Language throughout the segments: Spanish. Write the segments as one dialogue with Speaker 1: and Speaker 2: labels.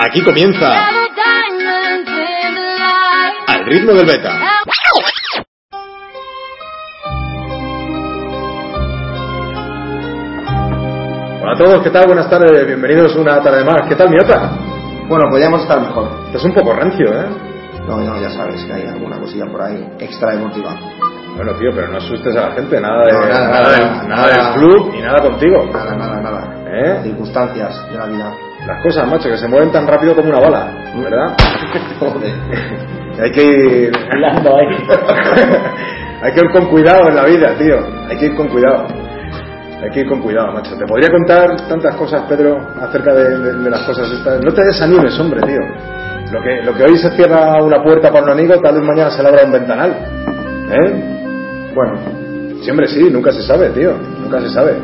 Speaker 1: Aquí comienza al ritmo del beta. Hola a todos, ¿qué tal? Buenas tardes, bienvenidos una tarde más. ¿Qué tal, mi otra?
Speaker 2: Bueno, pues podríamos estar mejor.
Speaker 1: Estás un poco rancio, ¿eh?
Speaker 2: No, no, ya sabes que hay alguna cosilla por ahí extra emotiva.
Speaker 1: Bueno, tío, pero no asustes a la gente, nada, de,
Speaker 2: No, nada,
Speaker 1: nada del-
Speaker 2: nada,
Speaker 1: nada
Speaker 2: nada.
Speaker 1: del club y nada contigo.
Speaker 2: Nada, nada, nada.
Speaker 1: ¿Eh?
Speaker 2: Circunstancias de la vida.
Speaker 1: Las cosas, macho, que se mueven tan rápido como una bala, ¿verdad?
Speaker 2: Joder.
Speaker 1: Hay que ir... Hay que ir con cuidado en la vida, tío. Hay que ir con cuidado. Hay que ir con cuidado, macho. Te podría contar tantas cosas, Pedro, acerca de, de- de las cosas estas. No te desanimes, hombre, tío. Lo que, lo que hoy se cierra una puerta para un amigo, tal vez mañana se le abra un ventanal. ¿Eh? Bueno, siempre sí, nunca se sabe, tío. Nunca se sabe.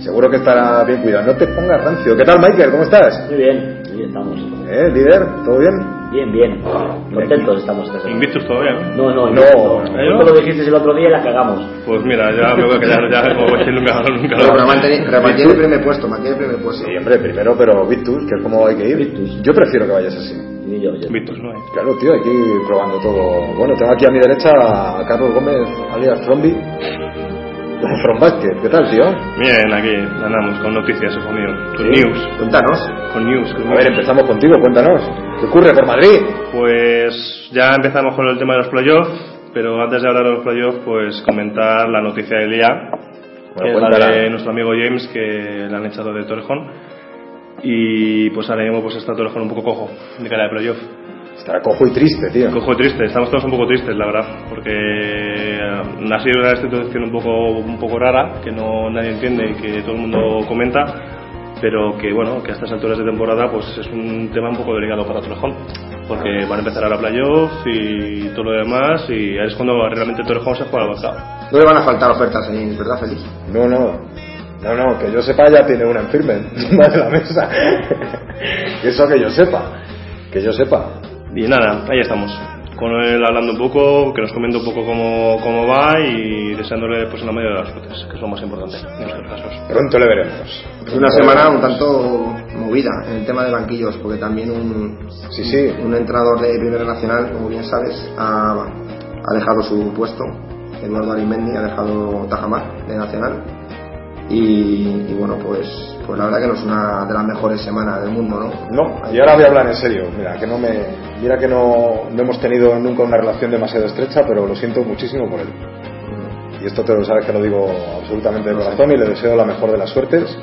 Speaker 1: Seguro que estará bien cuidado. No te pongas rancio. ¿Qué tal, Michael? ¿Cómo estás?
Speaker 3: Muy bien, muy bien estamos.
Speaker 1: ¿Eh, líder? ¿Todo bien?
Speaker 3: Bien, bien. Contentos estamos esta semana.
Speaker 4: Invictus todavía, ¿no?
Speaker 3: No, no,
Speaker 1: No.
Speaker 3: no.
Speaker 4: ¿Eh, no?
Speaker 3: Tú lo dijiste el otro día y la cagamos.
Speaker 4: Pues mira, ya me voy a quedar ya como Chile nunca ganó nunca.
Speaker 2: Pero me mantiene, pero mantiene el primer puesto, mantiene el primer puesto.
Speaker 1: Sí, hombre, primero, pero Victus, que es como hay que ir.
Speaker 3: Victus.
Speaker 1: Yo prefiero que vayas así.
Speaker 3: Y yo, yo.
Speaker 4: Invictus no hay.
Speaker 1: Claro, tío, hay que ir probando todo. Bueno, tengo aquí a mi derecha a Carlos Gómez, alias Frombi. From Basket, ¿qué tal, tío? A
Speaker 4: Bien, aquí andamos con noticias, hijo mío. Con news.
Speaker 2: Cuéntanos.
Speaker 4: Con news. Con
Speaker 1: ver,
Speaker 4: news.
Speaker 1: empezamos contigo, cuéntanos. ¿Qué ocurre por Madrid?
Speaker 4: Pues ya empezamos con el tema de los playoffs, pero antes de hablar de los playoffs, pues comentar la noticia del día, que es
Speaker 1: Bueno,
Speaker 4: la de
Speaker 1: cuéntala.
Speaker 4: nuestro amigo James, que le han echado de Torrejón. Y pues ahora mismo pues está Torrejón un poco cojo de cara de playoff.
Speaker 1: Estará cojo y triste, tío.
Speaker 4: Cojo y triste, estamos todos un poco tristes, la verdad, porque eh, ha sido una situación un poco, un poco rara, que no nadie entiende y que todo el mundo comenta, pero que bueno, que a estas alturas de temporada pues es un tema un poco delicado para Torrejón, porque van a empezar ahora playoffs y todo lo demás, y ahí es cuando realmente Torrejón se juega al avanzado.
Speaker 2: No le van a faltar ofertas ahí, ¿verdad, Feliz?
Speaker 1: No, no. No, no, que yo sepa ya tiene una en firme encima de la mesa. Eso que yo sepa. Que yo sepa.
Speaker 4: Y nada, ahí estamos. Con él hablando un poco, que nos comente un poco cómo, cómo va y deseándole pues la mayoría de las suertes, que es lo más importante en estos casos.
Speaker 1: Pronto le veremos.
Speaker 2: Es una semana un tanto movida en el tema de banquillos, porque también un,
Speaker 1: Sí, sí.
Speaker 2: un entrenador de Primera Nacional, como bien sabes, ha, ha dejado su puesto. Eduardo Arimendi ha dejado Tajamar de Nacional. Y, y bueno, pues, pues la verdad que no es una de las mejores semanas del mundo, ¿no?
Speaker 1: No, y ahora voy a hablar en serio. Mira, que no me, mira que no, no hemos tenido nunca una relación demasiado estrecha, pero lo siento muchísimo por él. Y esto te lo sabes que lo digo absolutamente de corazón y le deseo la mejor de las suertes.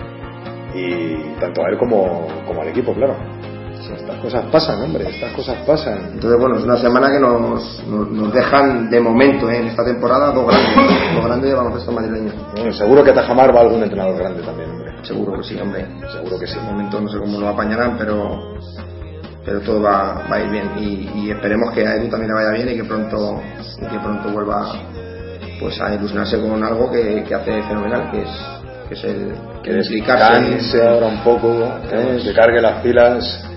Speaker 1: Y tanto a él como, como al equipo, claro. Estas cosas pasan, hombre, estas cosas pasan.
Speaker 2: Entonces, bueno, es una semana que nos, nos, nos dejan de momento ¿eh? en esta temporada dos grandes, dos grandes de baloncesto madrileño.
Speaker 1: Bueno, seguro que a Tajamar va algún entrenador grande también, hombre.
Speaker 2: Seguro que sí, hombre.
Speaker 1: Seguro que sí.
Speaker 2: De momento no sé cómo lo apañarán, pero, pero todo va, va a ir bien. Y, y esperemos que a Edu también le vaya bien y que pronto, y que pronto vuelva pues a ilusionarse con algo que, que hace fenomenal, que es, que es el
Speaker 1: Que
Speaker 2: el
Speaker 1: descanse ahora un poco, ¿eh? que cargue las pilas.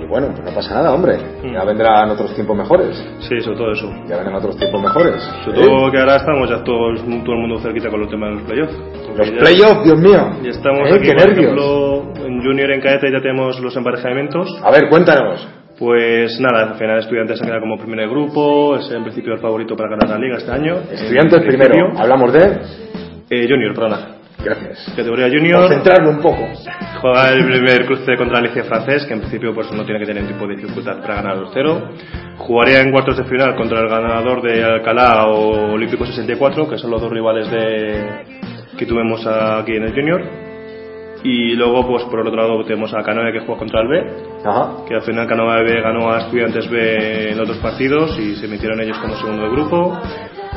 Speaker 1: Y bueno, pues no pasa nada, hombre.
Speaker 4: Mm.
Speaker 1: Ya vendrán otros tiempos mejores.
Speaker 4: Sí, sobre todo eso.
Speaker 1: Ya vendrán otros tiempos mejores.
Speaker 4: Sobre
Speaker 1: ¿Eh?
Speaker 4: todo que ahora estamos ya todos, todo el mundo cerquita con los temas de los playoffs.
Speaker 1: Los
Speaker 4: Porque ya-
Speaker 1: playoffs, Dios mío.
Speaker 4: Ya estamos
Speaker 1: Eh,
Speaker 4: aquí,
Speaker 1: qué
Speaker 4: por
Speaker 1: nervios.
Speaker 4: ejemplo, en Junior, en Cadete ya tenemos los emparejamientos.
Speaker 1: A ver, cuéntanos.
Speaker 4: Pues nada, al final Estudiantes se queda como primer grupo, es en principio el favorito para ganar la liga este año.
Speaker 1: Estudiantes
Speaker 4: En
Speaker 1: primero.
Speaker 4: principio.
Speaker 1: Hablamos de.
Speaker 4: Eh, junior, perdona.
Speaker 1: Gracias.
Speaker 4: Categoría
Speaker 1: Por
Speaker 4: Junior.
Speaker 1: centrarlo un poco.
Speaker 4: Juega el primer cruce contra el Liceo francés, que en principio pues, no tiene que tener tipo de dificultad para ganar 2-0. Jugaría en cuartos de final contra el ganador de Alcalá o Olímpico 64, que son los dos rivales de... que tuvimos aquí en el Junior. Y luego, pues por otro lado, tenemos a Canoe que juega contra el B,
Speaker 1: Ajá.
Speaker 4: que al final Canoa B ganó a Estudiantes B en los dos partidos y se metieron ellos como segundo de grupo.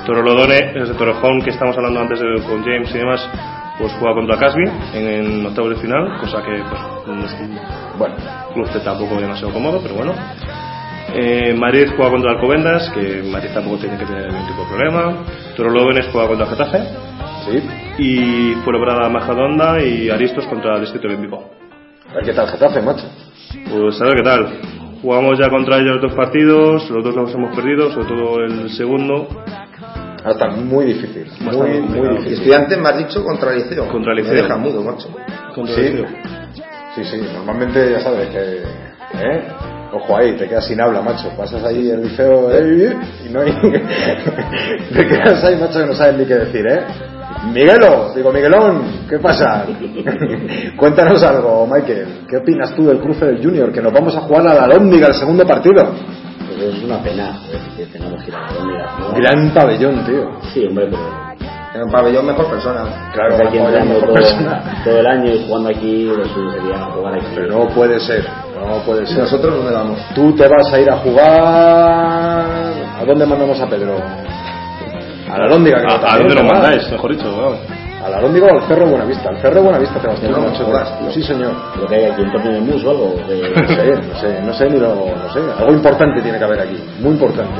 Speaker 4: Torolodone, es de Torrejón, que estamos hablando antes de, con James y demás, pues juega contra Casby en, en octavos de final, cosa que pues no es un
Speaker 1: Bueno,
Speaker 4: club que tampoco demasiado cómodo, pero bueno. Eh, Madrid juega contra Alcobendas, que Madrid tampoco tiene que tener ningún tipo de problema. Torolodones juega contra Getafe
Speaker 1: sí.
Speaker 4: y Fuenlabrada Majadonda y Aristos contra el Distrito Olímpico.
Speaker 1: A ver qué tal Getafe, macho.
Speaker 4: Pues a ver qué tal. Jugamos ya contra ellos dos partidos, los dos los hemos perdido, sobre todo el segundo
Speaker 1: Ahora está muy difícil. Muy, muy
Speaker 4: Bastante Pues complicado.
Speaker 1: difícil.
Speaker 2: Estudiante, me has dicho, contra el liceo.
Speaker 4: Contra
Speaker 2: Me
Speaker 4: el Liceo.
Speaker 2: deja mudo, macho.
Speaker 4: contra
Speaker 1: Sí.
Speaker 4: el Liceo.
Speaker 1: Sí, sí. Normalmente ya sabes que ¿eh? Ojo ahí, te quedas sin habla, macho. Pasas ahí el liceo ¿eh? y no hay... te quedas ahí, macho, que no sabes ni qué decir, ¿eh? Miguelo, digo Miguelón, ¿qué pasa? Cuéntanos algo, Michael. ¿Qué opinas tú del cruce del Junior? Que nos vamos a jugar a la Lóndiga el segundo partido.
Speaker 3: Pues es una pena eh, que tengamos que ir a la Lóndiga, ¿no?
Speaker 1: Gran pabellón, tío.
Speaker 3: Sí, hombre, pero
Speaker 2: En el pabellón mejor persona.
Speaker 1: Claro,
Speaker 3: Está aquí
Speaker 1: gran pabellón,
Speaker 3: entrenando
Speaker 1: mejor
Speaker 3: todo,
Speaker 1: persona.
Speaker 3: todo el año y jugando aquí, lo suyo sería jugar aquí.
Speaker 1: Pero no puede ser, no puede
Speaker 2: ¿Y
Speaker 1: ser.
Speaker 2: nosotros dónde vamos?
Speaker 1: Tú te vas a ir a jugar. ¿A dónde mandamos a Pedro? A la Lóndiga. que
Speaker 4: ¿A, a
Speaker 1: también
Speaker 4: dónde lo
Speaker 1: te vas.
Speaker 4: mandáis? Mejor dicho, vamos.
Speaker 1: A la Lóndiga o al Cerro Buenavista. Al Cerro Buenavista te vas tú,
Speaker 2: No,
Speaker 1: ¿no? Ocho
Speaker 2: jodas,
Speaker 1: horas.
Speaker 2: tío.
Speaker 1: Sí, señor.
Speaker 3: Lo que hay aquí, un torneo de mus o algo.
Speaker 1: No
Speaker 3: que-
Speaker 1: sé, no sé, no sé ni lo. No sé. Algo importante tiene que haber aquí. Muy importante.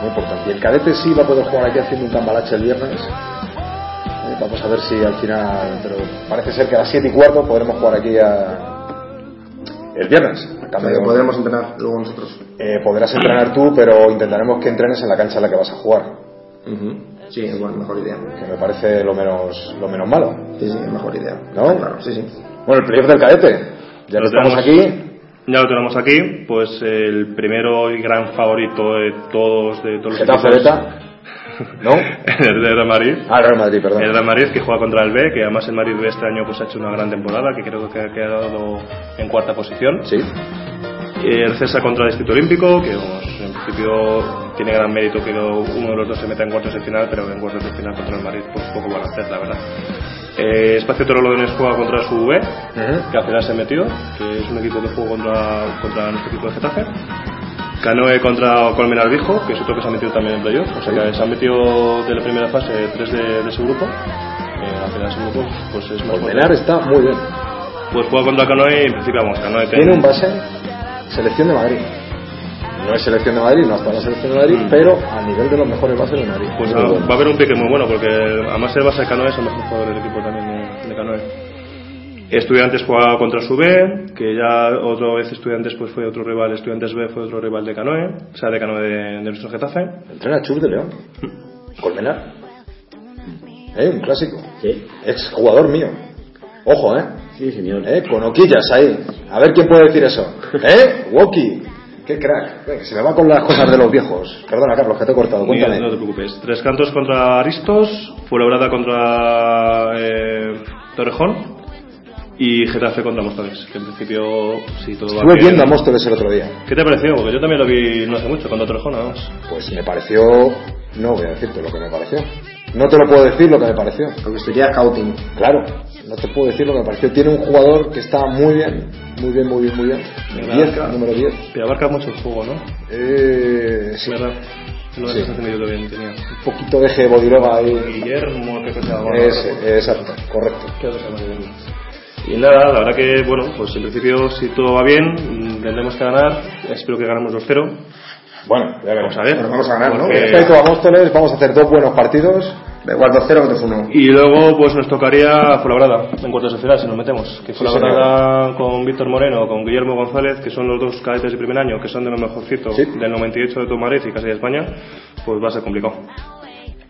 Speaker 1: Muy importante. Y el cadete sí va a poder jugar aquí haciendo un cambalache el viernes. Eh, vamos a ver si al final. Pero parece ser que a las 7 y cuarto podremos jugar aquí a. El viernes. A cambio de-
Speaker 2: Podremos entrenar luego nosotros.
Speaker 1: Eh, podrás entrenar tú, pero intentaremos que entrenes en la cancha en la que vas a jugar,
Speaker 2: Sí, es bueno, mejor idea.
Speaker 1: que me parece lo menos, lo menos malo.
Speaker 2: Sí, sí, es mejor idea.
Speaker 1: ¿No?
Speaker 2: Claro, sí, sí.
Speaker 1: Bueno, el playoff del cadete, ya que
Speaker 4: Lo
Speaker 1: estamos
Speaker 4: tenemos.
Speaker 1: aquí,
Speaker 4: Ya lo tenemos aquí, pues el primero y gran favorito de todos, de todos los
Speaker 1: Getafe
Speaker 4: equipos.
Speaker 1: Beta, ¿no?
Speaker 4: el de Real Madrid.
Speaker 1: Ah, Real Madrid, perdón.
Speaker 4: El Real Madrid que juega contra el B, que además el Madrid B este año pues ha hecho una gran temporada, que creo que ha quedado en cuarta posición.
Speaker 1: Sí,
Speaker 4: El César Eh, contra el Distrito Olímpico, que vamos, en principio tiene gran mérito que lo- uno de los dos se meta en cuartos de final, pero en cuartos de final contra el Madrid pues poco van a hacer, la verdad. Eh, Espacio Torolodones juega contra su V,
Speaker 1: Ujú.
Speaker 4: que al final se metió, que es un equipo que jugó contra, contra nuestro equipo de Getafe. Canoe contra Colmenar Vijo, que es otro que se ha metido también en playoff, o sea que se han metido de la primera fase tres de, de su grupo. Eh, al final su grupo pues es más
Speaker 1: Colmenar está muy bien.
Speaker 4: fuerte. Pues juega contra Canoe y en principio vamos, Canoe que-
Speaker 1: Tiene un base, selección de Madrid. No es selección de Madrid, no está en la selección de Madrid, pero a nivel de los mejores bases de Madrid.
Speaker 4: Mm. Pues
Speaker 1: Muy
Speaker 4: ah,
Speaker 1: bueno.
Speaker 4: va a haber un pique muy bueno, porque además el base de Canoe es el mejor jugador del equipo también de, de Canoe. Estudiantes juega contra su B, que ya otra vez Estudiantes pues fue otro rival, Estudiantes B fue otro rival de Canoe, o sea, de Canoe de, de nuestro Getafe.
Speaker 1: Entrena Chur de León. Colmenar. Eh, un clásico.
Speaker 3: Sí,
Speaker 1: Ex jugador mío. Ojo, eh.
Speaker 3: sí, señor.
Speaker 1: ¿Eh? Con hoquillas ahí. A ver quién puede decir eso. ¿Eh? Woki. Qué crack. Venga, se me va con las cosas de los viejos. Perdona, Carlos, que te he cortado.
Speaker 4: Miguel, no
Speaker 1: Cuéntame.
Speaker 4: te preocupes. Tres cantos contra Aristos, Fuenlabrada contra eh, Torrejón y Getafe contra Móstoles, que en principio sí todo va
Speaker 1: Estuve
Speaker 4: bien.
Speaker 1: viendo a Móstoles el otro día.
Speaker 4: ¿Qué te pareció? Porque yo también lo vi no hace mucho contra Torrejón, además.
Speaker 1: Pues me pareció... No voy a decirte lo que me pareció. No te lo puedo decir lo que me pareció.
Speaker 2: Porque sería scouting.
Speaker 1: Claro, no te puedo decir lo que me pareció. Tiene un jugador que está muy bien. Muy bien, muy bien, muy bien.
Speaker 4: Venga,
Speaker 1: 10,
Speaker 4: claro.
Speaker 1: número 10.
Speaker 4: Te abarca mucho el juego, ¿no?
Speaker 1: Eh, sí,
Speaker 4: ¿Verdad? Lo
Speaker 1: Sí.
Speaker 4: sí. yo también tenía.
Speaker 1: un poquito de G. Bodiroga ahí.
Speaker 4: Guillermo, qué cosa bueno, ahora,
Speaker 1: Ese, exacto, correcto.
Speaker 4: ¿qué otra cosa más? Y nada, la verdad que, bueno, pues en principio, si todo va bien, mm, tendremos que ganar. Espero que ganemos 2-0.
Speaker 1: Bueno, ya veremos.
Speaker 4: Vamos a ver.
Speaker 2: Bueno, vamos a ganar, ¿no?
Speaker 4: Porque-
Speaker 1: Respecto a Móstoles, vamos a hacer dos buenos partidos.
Speaker 2: Da igual 2-0 que 2-1.
Speaker 4: Y luego, pues nos tocaría Fuenlabrada en cuartos de final, si nos metemos. Que Fuenlabrada con Víctor Moreno, con Guillermo González, que son los dos cadetes de primer año, que son de lo mejorcito,
Speaker 1: Sí.
Speaker 4: del 98 de Tomarez y casi de España, pues va a ser complicado.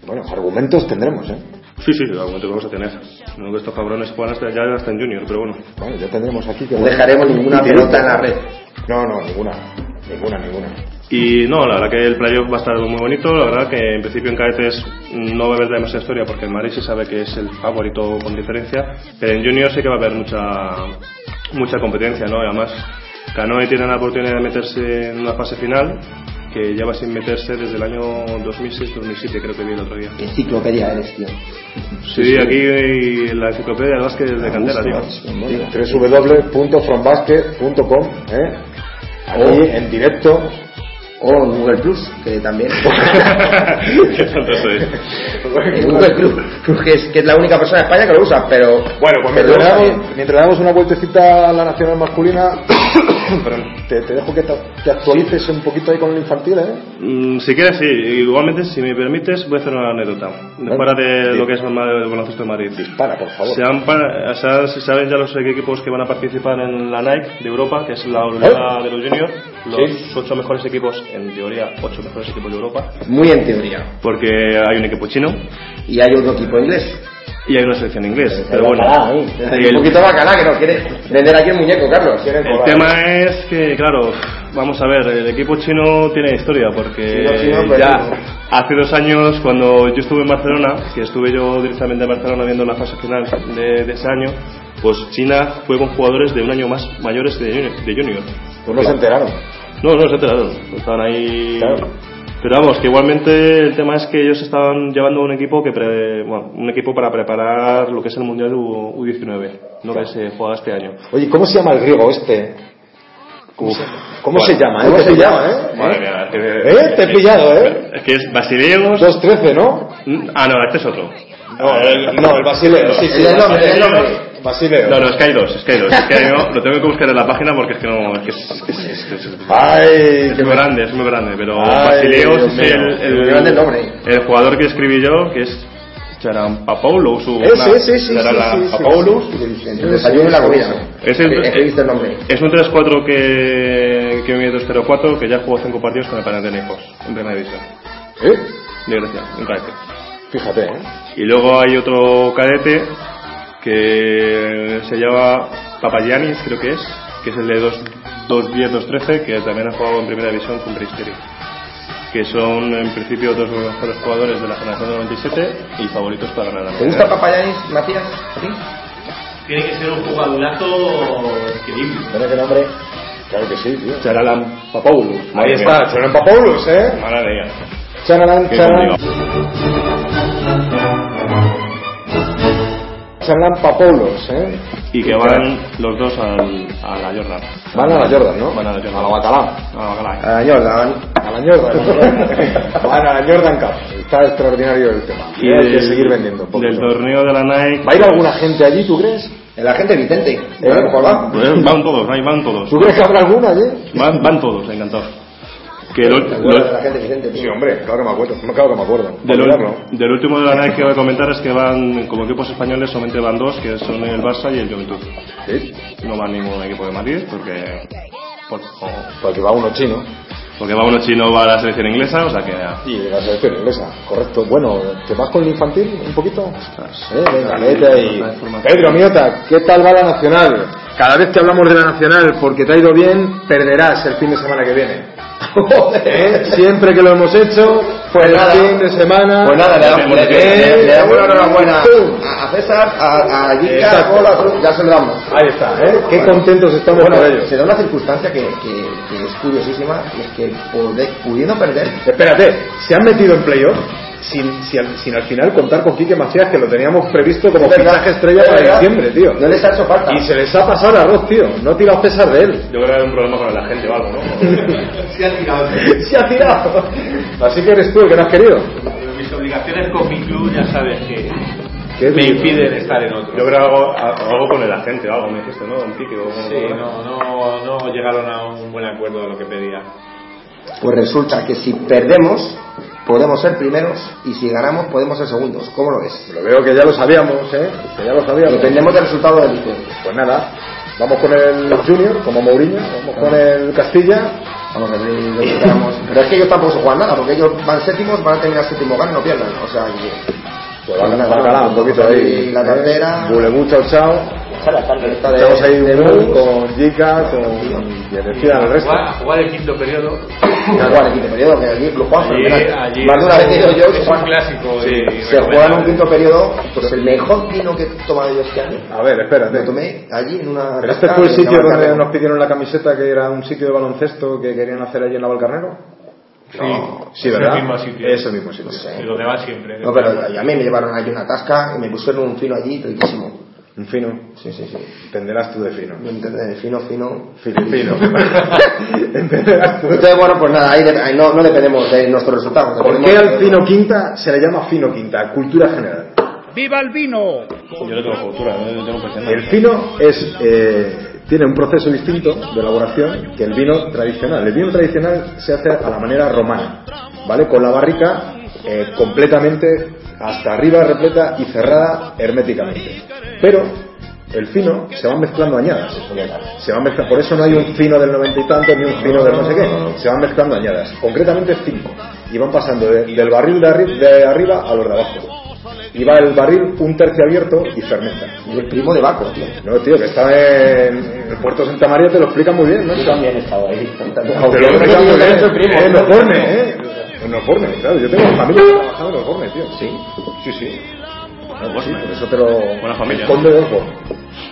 Speaker 1: Bueno, argumentos tendremos, ¿eh?
Speaker 4: Sí, sí, sí, algo que vamos a tener. Lo que estos cabrones juegan hasta, ya hasta en Junior, pero bueno.
Speaker 1: Bueno, ya tendremos aquí que...
Speaker 2: No dejaremos ninguna
Speaker 1: Y que-
Speaker 2: pelota en la red.
Speaker 1: No, no, ninguna. Ninguna, ninguna.
Speaker 4: Y no, la verdad que el playoff va a estar muy bonito. La verdad que en principio en cadetes no va a haber demasiada historia porque el Madrid sí sabe que es el favorito con diferencia. Pero en junior sí que va a haber mucha, mucha competencia, ¿no? Y además, Canoe tiene la oportunidad de meterse en una fase final que lleva sin meterse desde el año 2006-2007, creo que vi el otro día.
Speaker 2: Enciclopedia eres, tío.
Speaker 4: Sí, aquí en la enciclopedia del básquet de Candela, tío.
Speaker 1: Bueno, www.frombasket.com, ¿eh? Aquí
Speaker 2: Oh.
Speaker 1: en directo.
Speaker 2: O Google Plus, que también.
Speaker 4: Qué tonto soy.
Speaker 2: El Google Plus, que es, que es la única persona en España que lo usa, pero.
Speaker 1: Bueno, pues mientras le
Speaker 2: pero lo usa
Speaker 1: damos,
Speaker 2: bien.
Speaker 1: mientras le damos una vueltecita a la nacional masculina,
Speaker 4: Perdón.
Speaker 1: te, te dejo que te, te actualices un poquito ahí con el infantil, ¿eh?
Speaker 4: Mm, Si quieres, sí. Igualmente, si me permites, voy a hacer una anécdota.
Speaker 1: Vale.
Speaker 4: Fuera de
Speaker 1: Sí.
Speaker 4: lo que es el ma- el baloncesto de Madrid.
Speaker 1: Para, por favor.
Speaker 4: Se han pa- o sea, se saben ya los equipos que van a participar en la Nike de Europa, que es la oleada de los juniors, los
Speaker 1: Sí.
Speaker 4: ocho mejores equipos, en teoría, ocho mejores equipos de Europa,
Speaker 2: Muy en teoría.
Speaker 4: porque hay un equipo chino,
Speaker 2: Y hay otro equipo inglés.
Speaker 4: y hay una selección inglés. Pero
Speaker 3: Hay
Speaker 4: bueno,
Speaker 3: bacalao ahí.
Speaker 2: un
Speaker 4: y el,
Speaker 2: poquito bacalá que no quiere vender aquí el muñeco, Carlos. Quiere
Speaker 4: el
Speaker 2: cobrar.
Speaker 4: tema es que, claro, vamos a ver, el equipo chino tiene historia porque
Speaker 2: Chino, chino, pero-
Speaker 4: ya hace dos años cuando yo estuve en Barcelona, que estuve yo directamente en Barcelona viendo la fase final de, de ese año, pues China fue con jugadores de un año más mayores de, juni- de junior.
Speaker 1: Pues no se enteraron.
Speaker 4: No, no, se enteraron. Estaban ahí.
Speaker 1: Claro.
Speaker 4: Pero vamos, que igualmente el tema es que ellos estaban llevando un equipo que pre- bueno, un equipo para preparar lo que es el Mundial U- U19, lo que se juega este año.
Speaker 1: Oye, ¿cómo se llama el griego este?
Speaker 4: Uf.
Speaker 1: ¿Cómo se llama? eh?
Speaker 2: ¿Cómo
Speaker 1: Te
Speaker 2: se
Speaker 1: he
Speaker 2: llama,
Speaker 1: pillado,
Speaker 2: eh?
Speaker 4: Madre mía, es que-
Speaker 1: ¿Eh? Te he pillado, ¿eh?
Speaker 4: Es que es Basileos.
Speaker 1: 2.13, ¿no?
Speaker 4: Ah, no, este es otro.
Speaker 1: No, el, no, el Basileo. Sí, sí,
Speaker 2: El nombre, el nombre.
Speaker 1: Basileo.
Speaker 4: No, no, es que hay dos, es que hay dos. Es que hay uno, lo tengo que buscar en la página porque es que no. Es, que es, es- es- es- es-
Speaker 1: Ay,
Speaker 4: es
Speaker 1: qué
Speaker 4: muy grande, es muy grande. Pero
Speaker 1: Ay,
Speaker 4: Basileos
Speaker 1: Dios
Speaker 4: es el,
Speaker 1: mío.
Speaker 4: el,
Speaker 2: Muy grande el nombre.
Speaker 4: el jugador que escribí yo, que es Charampapaulous. su-
Speaker 1: Eh,
Speaker 4: una-
Speaker 1: sí, sí, sí,
Speaker 4: Charala-
Speaker 1: sí, sí, sí.
Speaker 4: Papaulous.
Speaker 2: Entre el desayuno y la comida.
Speaker 4: Es el-
Speaker 2: Escribiste el nombre.
Speaker 4: Es un 3-4 que, que mide 2-0-4 que ya jugó 5 partidos con el Panathinaikos en primera división.
Speaker 1: ¿Eh?
Speaker 4: De Grecia, un cadete.
Speaker 1: Fíjate, ¿eh?
Speaker 4: Y luego hay otro cadete que se llama Papagiannis, creo que es, que es el de 2 2-10, 2-13, que también ha jugado en primera división con Pristeri. Que son en principio dos de los mejores jugadores de la generación del 97 y favoritos para ganar la
Speaker 2: ¿Te gusta Papayanis, Matías? ¿Sí?
Speaker 5: Tiene que ser un jugadorazo increíble.
Speaker 1: ¿Tiene qué nombre? Claro que sí, tío.
Speaker 4: Charalan Papaulus.
Speaker 1: Ahí está, Charan Papoulos, ¿eh?
Speaker 4: Madre mía.
Speaker 1: Charan,
Speaker 4: Qué
Speaker 1: Charan.
Speaker 4: complicado.
Speaker 1: Charan Papoulos, ¿eh?
Speaker 4: Y que van los dos al, a la Jordan.
Speaker 1: Van a la Jordan, ¿no?
Speaker 4: Van a la Jordan.
Speaker 1: A la Bacalá.
Speaker 4: A la Bacalá.
Speaker 2: A Jordan.
Speaker 1: A la Jordan. Van a la Jordan Cup. Está extraordinario el tema. Y hay que
Speaker 4: del-
Speaker 1: seguir vendiendo. porque
Speaker 4: Del
Speaker 1: no.
Speaker 4: torneo de la Nike.
Speaker 1: ¿Va a ir alguna gente allí, tú crees?
Speaker 2: El agente Vicente.
Speaker 1: Eh,
Speaker 2: A lo mejor va.
Speaker 4: Eh, Van todos, ahí van todos.
Speaker 1: ¿Tú crees que habrá alguna allí?
Speaker 4: Van, van todos, encantados. Que lo-
Speaker 2: ¿Te
Speaker 4: lo-
Speaker 2: acuerdas del agente Vicente, tío?
Speaker 1: Sí, hombre, claro que me acuerdo. No, claro que me acuerdo.
Speaker 4: del,
Speaker 1: Olvidarlo.
Speaker 4: del último de la Nike que voy a comentar es que van, como equipos españoles, solamente van dos, que son el Barça y el Juventud.
Speaker 1: Sí,
Speaker 4: No va ningún equipo de Madrid porque. por- o-
Speaker 1: porque va uno chino.
Speaker 4: porque va uno chino, va a la selección inglesa, o sea que.
Speaker 1: Y la selección inglesa, correcto. Bueno, ¿te vas con el infantil un poquito?
Speaker 4: Ostras.
Speaker 1: Eh, venga, vete ahí. Pedro Miota, ¿qué tal va la nacional? Cada vez que hablamos de la nacional, porque te ha ido bien, perderás el fin de semana que viene. ¿Eh? Siempre que lo hemos hecho, pues el
Speaker 2: nada.
Speaker 1: fin de semana. Eh,
Speaker 2: Pues nada, le damos, le, le- le damos la enhorabuena
Speaker 1: ¡Pum!
Speaker 2: a, a César, a, a Gica,
Speaker 1: Exacto.
Speaker 2: a Paula, a todos, ya se lo damos.
Speaker 1: Ahí está, ¿eh? Qué
Speaker 2: Bueno.
Speaker 1: contentos estamos
Speaker 2: Bueno,
Speaker 1: por ellos.
Speaker 2: se da una circunstancia que, que- que es curiosísima, y es que poder- pudiendo perder,
Speaker 1: Espérate, se han metido en playoff sin, sin, sin al final contar con Quique Macías, que lo teníamos previsto como
Speaker 2: Es verdad,
Speaker 1: fichaje estrella
Speaker 2: es
Speaker 1: para
Speaker 2: verdad.
Speaker 1: diciembre, tío.
Speaker 2: no les ha hecho falta.
Speaker 1: Y se les ha pasado el arroz, tío. No tiras pesar de él.
Speaker 4: Yo creo que hay un problema con la gente o algo, ¿no?
Speaker 5: Sí, al final.
Speaker 1: se ha tirado. Así que eres tú el que no has querido.
Speaker 5: Pero mis obligaciones con mi club ya sabes que
Speaker 1: Qué
Speaker 5: me
Speaker 1: duro.
Speaker 5: impiden estar en otro.
Speaker 4: Yo creo algo, algo con el agente o algo, me dijiste, ¿no? Un pique o algo.
Speaker 5: Sí, no, no, no llegaron a un buen acuerdo de lo que pedía.
Speaker 2: Pues resulta que si perdemos, podemos ser primeros y si ganamos, podemos ser segundos. ¿Cómo lo ves?
Speaker 1: Lo veo que ya lo sabíamos, ¿eh? Que ya lo sabíamos.
Speaker 2: Dependemos del resultado del
Speaker 1: Pues nada, vamos con el Junior, como Mourinho, vamos con el Castilla.
Speaker 2: Vamos a ver lo que queramos. Eh, Pero es que ellos tampoco se juegan nada, porque ellos van séptimos, van a terminar séptimo, ganan, no pierdan. O sea, que-
Speaker 1: Pues va a ganar Bacalao un poquito ahí.
Speaker 2: La cartera.
Speaker 1: Bulebú, chao, chao.
Speaker 2: Está de-
Speaker 1: Echamos ahí
Speaker 2: de
Speaker 1: un
Speaker 2: Bulls,
Speaker 1: gol con Jica, con... Y energía al resto.
Speaker 5: Jugar, jugar el quinto periodo.
Speaker 2: Claro, bueno, el quinto periodo, que allí lo juegan
Speaker 5: Allí,
Speaker 2: fenomenal.
Speaker 5: allí
Speaker 2: Más de una vez he ido yo que
Speaker 5: es un
Speaker 2: juegan-
Speaker 5: clásico. y
Speaker 2: Se juega en un quinto periodo, pues el mejor vino que he tomado yo este año,
Speaker 1: A ver,
Speaker 2: lo
Speaker 1: espérate.
Speaker 2: tomé allí en una...
Speaker 1: ¿Pero este
Speaker 2: cascada
Speaker 1: fue el
Speaker 2: que se
Speaker 1: sitio
Speaker 2: llama
Speaker 1: donde
Speaker 2: Carmen.
Speaker 1: nos pidieron la camiseta que era un sitio de baloncesto que querían hacer allí en la Valcarnero?
Speaker 5: Sí,
Speaker 1: Sí,
Speaker 5: es
Speaker 1: ¿verdad?
Speaker 5: el mismo sitio.
Speaker 1: Es el mismo sitio.
Speaker 2: No sé.
Speaker 5: Y Lo que va siempre.
Speaker 2: No, pero a mí me llevaron allí una tasca y me pusieron un fino allí riquísimo.
Speaker 1: En fino.
Speaker 2: Sí, sí, sí.
Speaker 1: Entenderás tú de fino.
Speaker 2: ¿Me entiendes? Fino, fino.
Speaker 1: Fino. Entenderás tú.
Speaker 2: Entonces, bueno, pues nada, ahí, de- ahí no, eh, no dependemos de nuestros resultados.
Speaker 1: ¿Por
Speaker 2: dependemos
Speaker 1: qué
Speaker 2: de-
Speaker 1: al fino quinta se le llama fino quinta? Cultura general.
Speaker 4: Yo no tengo cultura, yo tengo presente.
Speaker 1: El fino es eh, tiene un proceso distinto de elaboración que el vino tradicional. El vino tradicional se hace a la manera romana, ¿vale? Con la barrica eh, completamente hasta arriba repleta y cerrada herméticamente. Pero el fino se van mezclando añadas. Se van mezclando, por eso no hay un fino del noventa y tanto ni un fino del no sé qué. Se van mezclando añadas, concretamente cinco, y van pasando de- del barril de, arri- de arriba a los de abajo. y va el barril un tercio abierto y fermenta.
Speaker 2: Y el primo de Baco, tío.
Speaker 1: No, tío, que estaba en el puerto Santa María, te lo explican muy bien, ¿no?
Speaker 3: Yo también he estado ahí.
Speaker 1: Aunque lo
Speaker 2: Pero
Speaker 1: explican
Speaker 2: yo
Speaker 1: muy
Speaker 2: también soy
Speaker 1: bien.
Speaker 2: primo,
Speaker 1: Eh, En
Speaker 2: ¿no?
Speaker 1: Osborne, ¿eh? En Osborne, claro. Yo tengo familia que ha trabajado en Osborne, tío.
Speaker 2: Sí.
Speaker 1: Sí, sí.
Speaker 4: Osborne.
Speaker 1: Sí, por eso te lo...
Speaker 4: Buena familia,
Speaker 1: El conde de Osborne.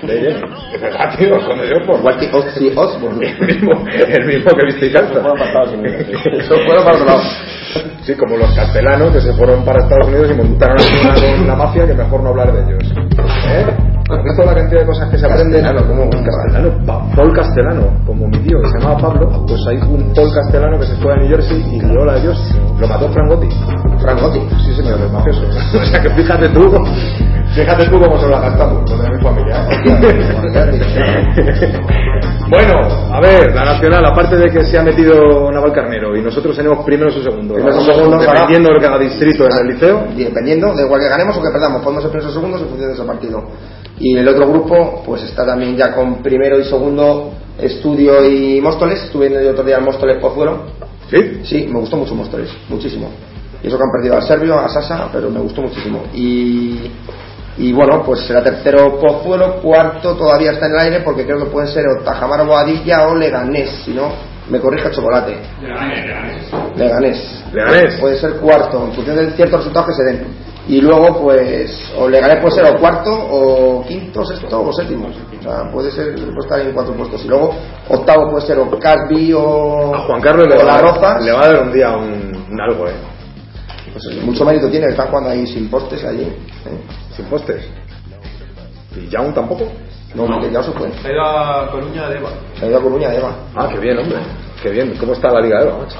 Speaker 1: De Jenny. Es verdad, tío, el conde de Osborne.
Speaker 2: Igual que Ozzy Osbourne.
Speaker 1: El mismo, el mismo que viste y
Speaker 3: Eso fue apartado sin miedo, sí.
Speaker 2: Eso fueron para otro lado.
Speaker 1: Sí, como los castellanos que se fueron para Estados Unidos y montaron una, una mafia que mejor no hablar de ellos. ¿Eh? Con toda la cantidad de cosas que se aprenden.
Speaker 2: Castellano, ¿cómo?
Speaker 1: Castellano, pa- Paul Castellano, como mi tío que se llamaba Pablo, pues hay un Paul Castellano que se fue a New Jersey y lió la de ellos. Lo mató Frangotti.
Speaker 2: Frangotti.
Speaker 1: Sí, señor, el mafioso. O sea que fíjate tú, fíjate tú cómo se lo gastamos, con mi familia. ¿eh? Bueno, a ver, la Nacional, aparte de que se ha metido Naval Carnero y nosotros tenemos primeros o segundos,
Speaker 2: Primeros o
Speaker 1: Vamos
Speaker 2: segundos,
Speaker 1: dependiendo de cada distrito en el liceo,
Speaker 2: Dependiendo, de igual que ganemos o que perdamos, podemos ser primeros o segundos en función de ese partido. Y el otro grupo, pues está también ya con primero y segundo Estudio y Móstoles. Estuve viendo el otro día el Móstoles pues Pozuelo.
Speaker 1: ¿sí?
Speaker 2: Sí, me gustó mucho Móstoles, muchísimo. Y eso que han perdido a Servio, a Sasa, pero me gustó muchísimo. Y, y bueno, pues será tercero Pozuelo, cuarto todavía está en el aire porque creo que pueden ser o Tajamar Boadilla o Leganés, si no, me corrija Chocolate. Leganés.
Speaker 1: Leganés.
Speaker 2: Puede ser cuarto, en función de ciertos resultados que se den. Y luego, pues, o Leganés puede ser o cuarto, o quinto, sexto o séptimo. O sea, puede ser, puede estar en cuatro puestos. Y luego, octavo puede ser o Casby o.
Speaker 1: A Juan Carlos le
Speaker 2: o La
Speaker 1: va,
Speaker 2: Roza.
Speaker 1: le va a dar un día un, un algo, ¿eh?
Speaker 2: Pues, eh, mucho mérito tiene, están jugando ahí sin postes allí. ¿eh?
Speaker 1: Sin postes. ¿Y Jaun tampoco?
Speaker 2: No, que ya se fue.
Speaker 5: Ha ido a Coruña de Eva.
Speaker 2: Se ha ido a Coruña, Eva.
Speaker 1: Ah, qué bien, hombre. Qué bien. ¿Cómo está la Liga de Eva, macho?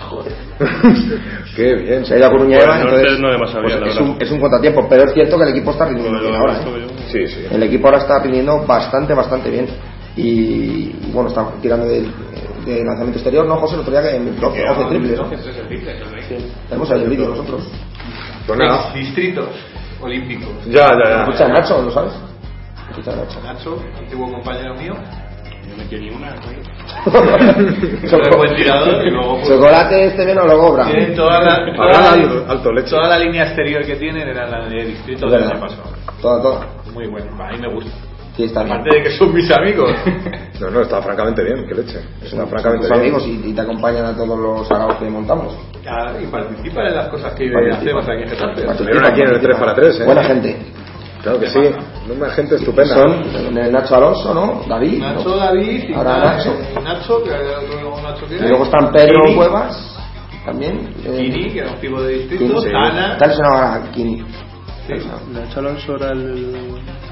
Speaker 1: qué bien.
Speaker 2: Se ha ido a Coruña,
Speaker 1: ¿eh?
Speaker 4: Bueno,
Speaker 2: Eva.
Speaker 4: no,
Speaker 1: Pues
Speaker 2: entonces,
Speaker 4: no demás sabía, la
Speaker 2: Pues, es,
Speaker 4: verdad.
Speaker 2: un, es un contratiempo, pero es cierto que el equipo está
Speaker 4: Lo
Speaker 2: rindiendo
Speaker 4: de-
Speaker 2: bien
Speaker 4: lo de-
Speaker 2: ahora.
Speaker 4: esto
Speaker 2: ¿eh?
Speaker 4: que yo-
Speaker 1: Sí, sí.
Speaker 2: El equipo ahora está rindiendo bastante, bastante bien. Y bueno, está tirando de, de lanzamiento exterior, ¿no, José? El otro día que me 12, 12 triples. ¿no? Tenemos ahí el vídeo nosotros.
Speaker 1: Pues nada.
Speaker 5: Distrito Olímpico.
Speaker 1: Ya, ya,
Speaker 2: Escucha,
Speaker 1: ya.
Speaker 2: Nacho, ¿lo sabes? Escucha, Nacho.
Speaker 5: Nacho, antiguo compañero mío.
Speaker 2: Choco-
Speaker 5: buen tirador y luego, pues,
Speaker 2: Chocolate este bien no lo cobra.
Speaker 5: Tienen toda la, toda,
Speaker 1: Habrá
Speaker 5: la,
Speaker 1: alto- alto leche.
Speaker 5: toda la línea exterior que tienen era la de distrito
Speaker 2: Es
Speaker 5: del
Speaker 2: verdad.
Speaker 5: año pasado.
Speaker 2: Toda, toda.
Speaker 5: Muy bueno, a mí me gusta.
Speaker 2: Sí, está bien.
Speaker 5: Aparte de que son mis amigos.
Speaker 1: No, no, está francamente bien. Qué leche. Está
Speaker 2: Son
Speaker 1: francamente
Speaker 2: tus
Speaker 1: bien.
Speaker 2: amigos y, y te acompañan a todos los saraos que montamos.
Speaker 5: Ah, y participan en las cosas que
Speaker 2: Participan.
Speaker 5: hacemos aquí en Getafe.
Speaker 1: Estuvieron aquí en el 3 para 3, ¿eh?
Speaker 2: Buena gente.
Speaker 1: Claro que sí. Una gente estupenda.
Speaker 2: Son el Nacho Alonso, ¿no? David. ¿no?
Speaker 5: Nacho, David y
Speaker 2: Ahora Nacho.
Speaker 5: Nacho, que luego Nacho
Speaker 2: Y
Speaker 5: tiene.
Speaker 2: luego están Pedro
Speaker 5: Kini.
Speaker 2: Cuevas. También. eh,
Speaker 5: Kini, que era un tipo de distrito.
Speaker 2: Kini, sí.
Speaker 5: Ana.
Speaker 2: Está lesionado ahora Kini.
Speaker 5: Sí.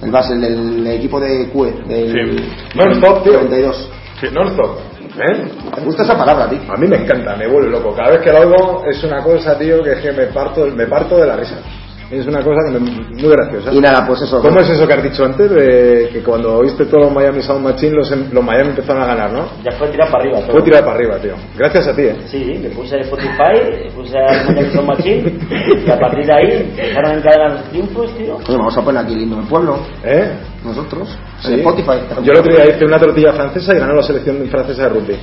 Speaker 2: El base el del equipo de QE. Del
Speaker 4: Sí.
Speaker 1: Non-stop, tío.
Speaker 2: 92.
Speaker 1: Sí, non-stop. ¿Eh?
Speaker 2: ¿Te gusta esa palabra a ti?
Speaker 1: A mí me encanta, me vuelve loco. Cada vez que lo hago es una cosa, tío, que es que me parto, me parto de la risa. Es una cosa que me, muy graciosa.
Speaker 2: Y nada, pues eso.
Speaker 1: ¿Cómo es eso que has dicho antes? De que cuando oíste todos los Miami Sound Machine, los, em- los Miami empezaron a ganar, ¿no?
Speaker 3: Ya fue tirar para arriba. todo.
Speaker 1: Fue tirar para arriba, tío. Gracias a ti, ¿eh?
Speaker 3: Sí, le puse Spotify, le puse a Connection Machine y a partir de ahí empezaron a encadenar los triunfos, tío.
Speaker 2: Pues vamos a poner aquí el himno del pueblo.
Speaker 1: ¿Eh?
Speaker 2: Nosotros.
Speaker 1: Sí.
Speaker 2: En Spotify.
Speaker 1: Yo el otro día hice una tortilla francesa y ganó la selección francesa de rugby.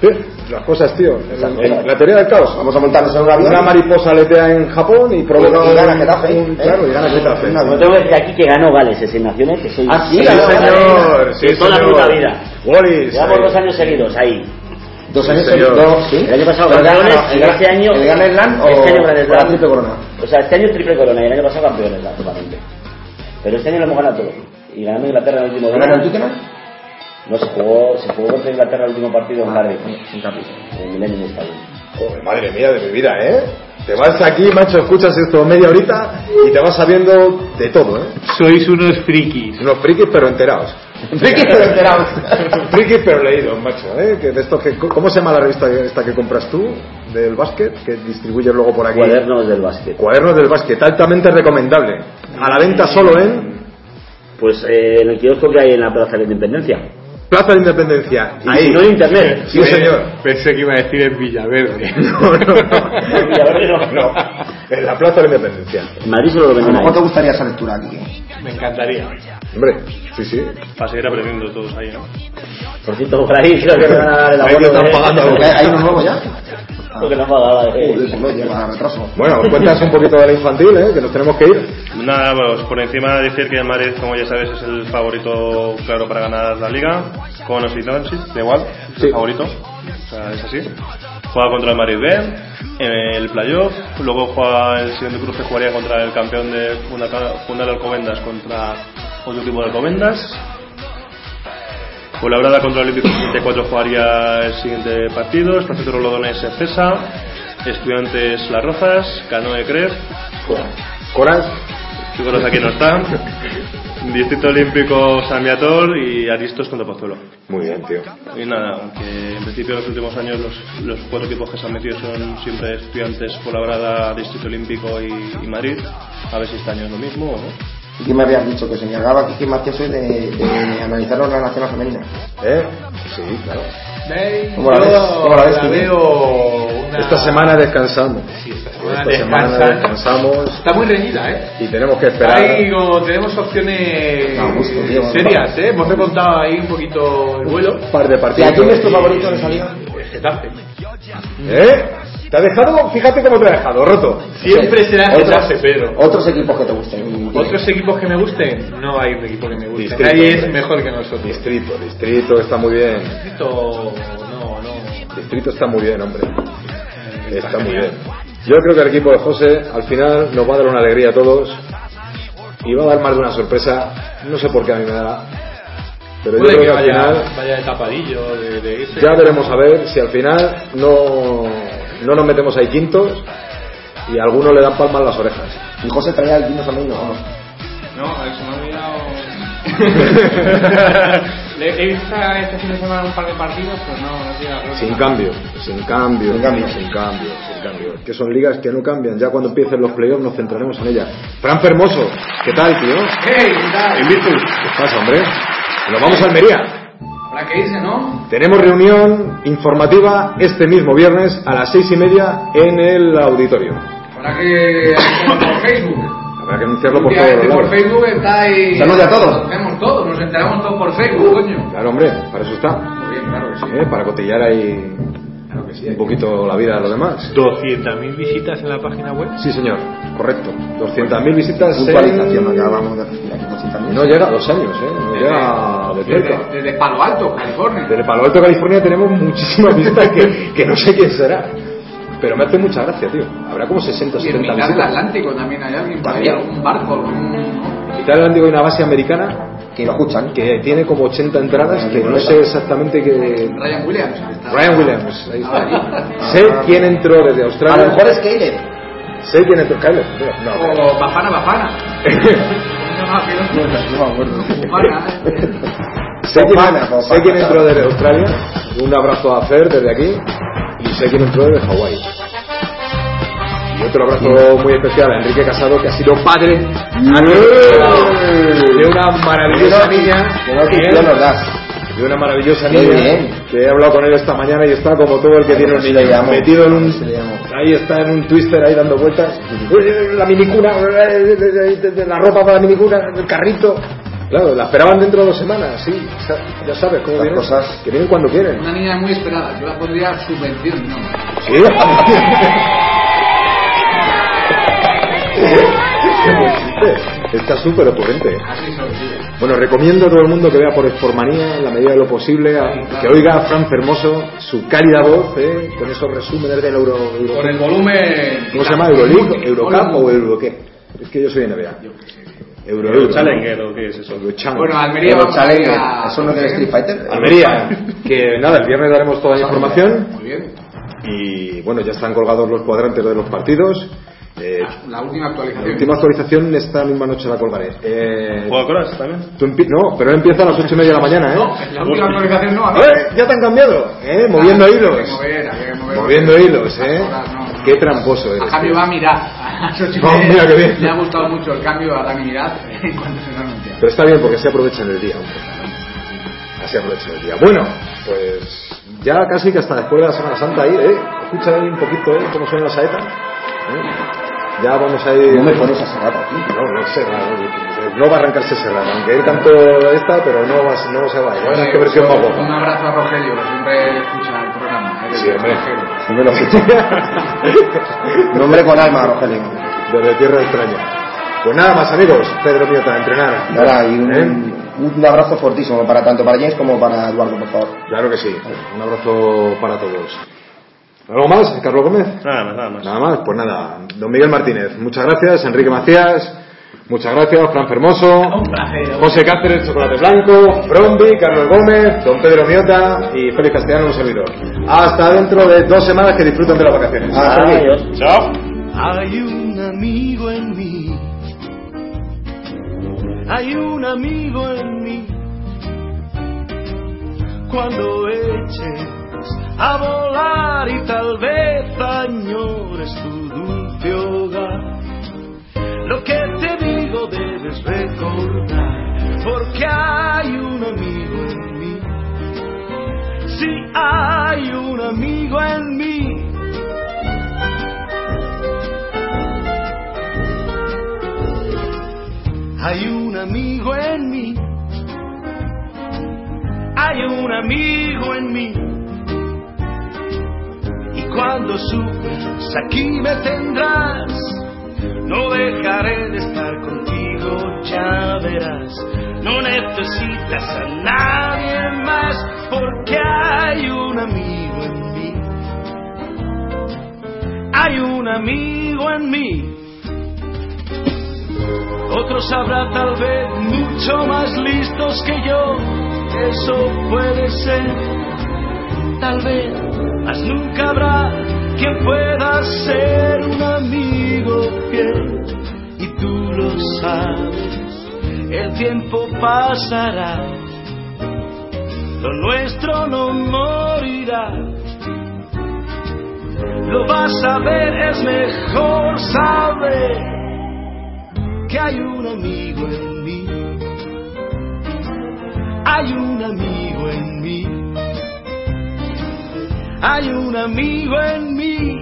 Speaker 1: Sí, las cosas, tío. La, la teoría del caos.
Speaker 2: Vamos a montarnos en un avión.
Speaker 1: Una mariposa aletea en Japón y provoca
Speaker 2: Y gana
Speaker 1: un-
Speaker 2: Getafe,
Speaker 1: un-
Speaker 2: ¿eh?
Speaker 1: Claro, y gana Getafe.
Speaker 2: Una
Speaker 3: Yo tengo que decir aquí que ganó Gales en Seis Naciones, que soy...
Speaker 2: Ah,
Speaker 1: Sí,
Speaker 2: Sí,
Speaker 3: ganó Gales.
Speaker 1: señor.
Speaker 2: señor,
Speaker 1: Sí,
Speaker 3: De toda
Speaker 1: señor.
Speaker 3: la puta vida.
Speaker 1: Wallis. eh.
Speaker 3: Llevamos
Speaker 1: ahí.
Speaker 3: dos años seguidos ahí.
Speaker 2: Dos
Speaker 1: Sí,
Speaker 2: años
Speaker 1: señor.
Speaker 2: dos, sí.
Speaker 3: El año pasado
Speaker 2: Pero
Speaker 3: campeones
Speaker 2: gana-
Speaker 3: y
Speaker 2: gana-
Speaker 3: este año-
Speaker 2: ¿El Gana Island o
Speaker 3: Este año Gana
Speaker 2: o
Speaker 3: Island.
Speaker 2: la triple corona?
Speaker 3: O sea, este año triple corona y el año pasado campeones, básicamente. Pero este año lo hemos ganado todo. Y ganando Inglaterra en el último
Speaker 2: ¿El
Speaker 3: día.
Speaker 2: Gana el Tottenham? Ah,
Speaker 3: No, se jugó, se jugó contra Inglaterra el último partido en Cardiff,
Speaker 2: Sin capi.
Speaker 3: en Millennium Stadium.
Speaker 1: Joder, madre mía de mi vida, ¿eh? Te vas aquí, macho, escuchas esto media horita y te vas sabiendo de todo, ¿eh?
Speaker 6: Sois unos frikis.
Speaker 1: Unos frikis pero enterados.
Speaker 2: Friki, pero enterados.
Speaker 1: frikis pero leídos, macho, ¿eh? Que de estos que, ¿Cómo se llama la revista esta que compras tú del básquet? Que distribuyes luego por aquí.
Speaker 3: Cuadernos del básquet.
Speaker 1: Cuadernos del básquet, altamente recomendable. A la venta solo en
Speaker 3: Pues eh, en el kiosco que hay en la Plaza de la Independencia.
Speaker 1: Plaza de Independencia.
Speaker 3: Y
Speaker 1: Ahí.
Speaker 3: si no en internet.
Speaker 1: Sí, señor.
Speaker 6: Pensé que iba a decir en Villaverde.
Speaker 1: No, no,
Speaker 3: En Villaverde
Speaker 1: no.
Speaker 3: no.
Speaker 1: No, en la Plaza de la Independencia.
Speaker 3: En Madrid solo lo
Speaker 2: A lo
Speaker 3: venden ahí.
Speaker 2: mejor te gustaría esa lectura aquí.
Speaker 4: Me encantaría.
Speaker 1: Hombre, sí, sí.
Speaker 4: Para seguir aprendiendo todos ahí, ¿no?
Speaker 3: Por cierto, por ahí creo que me van a dar el ¿eh?
Speaker 1: Ahí te
Speaker 3: abono.
Speaker 1: están
Speaker 3: de-
Speaker 1: pagando algo.
Speaker 2: Porque ¿Hay hay uno nuevo ya?
Speaker 3: Lo que no pagaba. eh.
Speaker 2: Uy, pues no, lleva retraso.
Speaker 1: Bueno, os cuentas un poquito de la infantil, ¿eh? que nos tenemos que ir.
Speaker 4: Nada, pues por encima decir que Márez, como ya sabes, es el favorito claro para ganar la liga. Con los Transit, da igual, es el favorito. O sea, es así. Juega contra el Madrid B en el playoff. Luego juega el siguiente cruce, jugaría contra el campeón de Funda- Fundal Alcobendas contra otro equipo de Alcobendas. Con la brada contra el Olímpico 74 jugaría el siguiente partido. Espacio Rolodones en Cesa. Estudiantes Las Rozas. Canoe Cref.
Speaker 1: Coras,
Speaker 4: Figuras aquí no están. Distrito Olímpico San Viator y Aristos contra Pozuelo.
Speaker 1: muy bien, tío.
Speaker 4: Y nada, aunque en principio en los últimos años los, los cuatro equipos que se han metido son siempre estudiantes colaborada, Distrito Olímpico y, y Madrid. A ver si este año es lo mismo o no.
Speaker 2: ¿Y quién me habías dicho? Que se encargaba Kiki Macías hoy de, de analizar la relación femenina.
Speaker 1: ¿Eh? Sí, claro.
Speaker 2: ¿Cómo la ves? ¿Cómo la ves, Kiki?
Speaker 6: veo una...
Speaker 1: Esta semana descansamos.
Speaker 6: Sí, esta semana
Speaker 1: Esta semana
Speaker 6: descansan.
Speaker 1: descansamos
Speaker 6: Está muy reñida, ¿eh?
Speaker 1: y tenemos que esperar. Ah,
Speaker 6: Ahí como tenemos opciones
Speaker 2: A gusto, tío, vamos,
Speaker 6: serias, ¿eh? Hemos remontado ahí un poquito el vuelo.
Speaker 1: Un par de
Speaker 2: ¿Y
Speaker 1: partidos.
Speaker 2: a quién es tu favorito en esa liga?
Speaker 6: El Getafe.
Speaker 1: ¿Eh? ¿Te ha dejado? Fíjate cómo te ha dejado, roto.
Speaker 6: Siempre será el
Speaker 2: Otros-
Speaker 6: Getafe, Pedro.
Speaker 2: Otros equipos que te gusten.
Speaker 6: ¿Otros equipos que me gusten? No hay un equipo que me guste.
Speaker 1: Distrito,
Speaker 6: Nadie
Speaker 1: hombre.
Speaker 6: es mejor que nosotros.
Speaker 1: Distrito, distrito está muy bien.
Speaker 6: Distrito, no, no.
Speaker 1: Distrito está muy bien, hombre. Está muy bien. Yo creo que el equipo de José al final nos va a dar una alegría a todos y va a dar más de una sorpresa. No sé por qué a mí me dará. Pero yo
Speaker 6: Puede
Speaker 1: creo
Speaker 6: que
Speaker 1: que al final
Speaker 6: vaya, vaya de tapadillo, de, de ese.
Speaker 1: Ya veremos a ver si al final no, no nos metemos ahí quintos y a alguno le dan palmas en las orejas.
Speaker 2: Y José traía el vino femenino, vamos.
Speaker 5: No, a ver, se me ha olvidado. Le- He visto este fin de semana un par de partidos, pero no, no llega creo que
Speaker 1: Sin
Speaker 5: no.
Speaker 1: cambio, sin cambio, sin cambio, sin cambio, Que son ligas que no cambian. Ya cuando empiecen los playoffs nos centraremos en ellas. Fran Fermoso, ¿qué tal, tío?
Speaker 5: ¡Hey! ¿Qué tal?
Speaker 1: Invictus. ¿Qué pasa, hombre? Nos vamos a Almería.
Speaker 5: ¿Para qué dice, no?
Speaker 1: Tenemos reunión informativa este mismo viernes a las seis y media en el auditorio.
Speaker 5: ¿Para qué hacerlo por Facebook?
Speaker 1: Habrá que anunciarlo por todos
Speaker 5: Últimamente
Speaker 1: los
Speaker 5: por
Speaker 1: lados.
Speaker 5: Facebook está ahí.
Speaker 2: Saludos a todos.
Speaker 5: Nos vemos todos, nos enteramos todos por Facebook, coño.
Speaker 1: Uh, Claro, hombre, para eso está.
Speaker 5: Muy bien, claro que sí.
Speaker 1: Eh, para cotillar ahí un poquito la vida de los demás.
Speaker 6: 200.000 visitas en la página web.
Speaker 1: Sí, señor, correcto. 200.000 visitas en-
Speaker 2: Puntualización, acabamos de recibir aquí cositas.
Speaker 1: No llega a dos años, ¿eh? No llega de cerca.
Speaker 5: Desde, desde Palo Alto, California.
Speaker 1: Desde Palo Alto, California tenemos muchísimas visitas que, que no sé quién será. Pero me hace mucha gracia, tío. Habrá como 60 o
Speaker 5: Y en
Speaker 1: 70
Speaker 5: mitad del
Speaker 1: visitas.
Speaker 5: Atlántico también hay alguien, por ahí, algún barco, algún...
Speaker 1: En mitad del Atlántico hay una base americana
Speaker 2: Que lo escuchan.
Speaker 1: que tiene como 80 entradas que no sé exactamente qué...
Speaker 5: Ryan Williams. que está-
Speaker 1: Ryan Williams, ahí está.
Speaker 5: Ah,
Speaker 1: Sé quién entró desde
Speaker 2: A lo
Speaker 1: Australia.
Speaker 2: mejor es Caleb.
Speaker 1: Sé quién entró... Carlos, tío. No, pero-
Speaker 5: O Bafana Bafana.
Speaker 2: No, no me acuerdo.
Speaker 5: Bafana.
Speaker 1: Sé quién,
Speaker 2: Copana, Copana.
Speaker 1: sé quién entró desde Australia, un abrazo a Fer desde aquí, y sé quién entró desde Hawái. Y otro abrazo muy especial a Enrique Casado, que ha sido padre de una maravillosa niña,
Speaker 2: Que no te
Speaker 1: Bien.
Speaker 2: ya nos das.
Speaker 1: de una maravillosa
Speaker 2: Qué
Speaker 1: niña,
Speaker 2: bien.
Speaker 1: que he hablado con él esta mañana y está como todo el que tiene un
Speaker 2: Se le
Speaker 1: niño,
Speaker 2: llamó.
Speaker 1: metido en
Speaker 2: Se
Speaker 1: un...
Speaker 2: le llamó.
Speaker 1: Ahí está en un twister ahí dando vueltas, la minicuna, eh, la ropa para la minicuna, el carrito. Claro, la esperaban dentro de dos semanas, sí, sa- ya sabes cómo
Speaker 2: Las
Speaker 1: vienen.
Speaker 2: cosas.
Speaker 1: Que vienen cuando quieren.
Speaker 5: Una niña muy esperada, yo la pondría subvención, ¿no?
Speaker 1: Sí. Qué buen chiste. Está súper ocurrente.
Speaker 5: Así son, sí.
Speaker 1: Bueno, recomiendo a todo el mundo que vea por Sportmanía en la medida de lo posible, a- que oiga a Fran Fermoso, su cálida voz, ¿eh? con esos resúmenes del Euro. Euro-
Speaker 5: Por el volumen...
Speaker 1: ¿Cómo se llama? ¿Euroleague? ¿Eurocup o Euro qué? Es que yo soy NBA. Euro Euro.
Speaker 4: Challenger o qué es eso?
Speaker 1: Eurochallenge.
Speaker 5: Bueno, Almería
Speaker 2: Pero
Speaker 5: vamos a ir
Speaker 2: Challenger,
Speaker 5: a-
Speaker 2: ¿eso no es del Street Fighter?
Speaker 1: Almería, que nada, el viernes daremos toda la información
Speaker 5: Muy bien.
Speaker 1: y bueno, ya están colgados los cuadrantes de los partidos. Eh,
Speaker 5: La última
Speaker 1: la
Speaker 5: actualización.
Speaker 1: última actualización esta misma noche la colgaré. Eh,
Speaker 4: ¿Juega Coras también?
Speaker 1: tú empie- no, pero empieza a las ocho y media de la mañana, ¿eh?
Speaker 5: No, la última actualización no. a ver.
Speaker 1: ¡Eh! Ya te han cambiado, ¿eh? Moviendo
Speaker 5: Hay que
Speaker 1: hilos.
Speaker 5: mover, hay que mover.
Speaker 1: Moviendo hilos, ¿eh?
Speaker 5: Ah, Ahora no.
Speaker 1: Qué tramposo eres.
Speaker 5: A Javi
Speaker 1: tío.
Speaker 5: va a mirar.
Speaker 1: Oh, mira qué bien.
Speaker 5: Le ha gustado mucho el cambio a Dani Mirad en cuanto se lo anunció.
Speaker 1: Pero está bien porque así aprovechan el día, hombre. Así aprovechan el día. Bueno, pues ya casi que hasta después de la Semana Santa ahí, ¿eh? Escucha ahí un poquito, ¿eh? Cómo suena la saeta. ¿eh? Ya vamos a ir...
Speaker 2: No me pones a cerrar aquí.
Speaker 1: No, no sé, no, no va a arrancarse Serrano, aunque él tanto está, pero no, va, no se va. Igual es que versión más guapa.
Speaker 5: Un abrazo a Rogelio, que siempre escucha el programa. ¿eh?
Speaker 1: Sí, hombre.
Speaker 5: Rogelio.
Speaker 2: No me lo escucho. Nombre con alma, Rogelio.
Speaker 1: Desde tierra extraña. Pues nada más amigos, Pedro Miota, a entrenar.
Speaker 2: Y ahora, y un,
Speaker 1: ¿Eh?
Speaker 2: un abrazo fortísimo para tanto para James como para Eduardo, por favor.
Speaker 1: Claro que sí. Un abrazo para todos. ¿Algo más, Carlos Gómez?
Speaker 4: Nada más, nada más.
Speaker 1: Nada más, pues nada. Don Miguel Martínez, muchas gracias. Enrique Macías, muchas gracias. Fran Fermoso, José Cáceres, Chocolate Blanco, Brombi, Carlos Gómez, Don Pedro Miota y Félix Castellano, un servidor. Hasta dentro de dos semanas que disfruten de las vacaciones. Hasta aquí.
Speaker 3: Adiós.
Speaker 4: Chao.
Speaker 7: Hay un amigo en mí, hay un amigo en mí. Cuando eches a volar y tal vez añores tu dulce hogar, lo que te digo debes recordar, porque hay un amigo en mí. Si hay un amigo en mí, Hay un amigo en mí. Hay un amigo en mí. Y cuando subas aquí me tendrás. No dejaré de estar contigo, ya verás. No necesitas a nadie más porque hay un amigo en mí. Hay un amigo en mí. Otros habrá tal vez mucho más listos que yo, eso puede ser, tal vez, mas nunca habrá quien pueda ser un amigo fiel. Y tú lo sabes, el tiempo pasará, lo nuestro no morirá lo vas a ver, es mejor saber que hay un amigo en mí. Hay un amigo en mí. Hay un amigo en mí.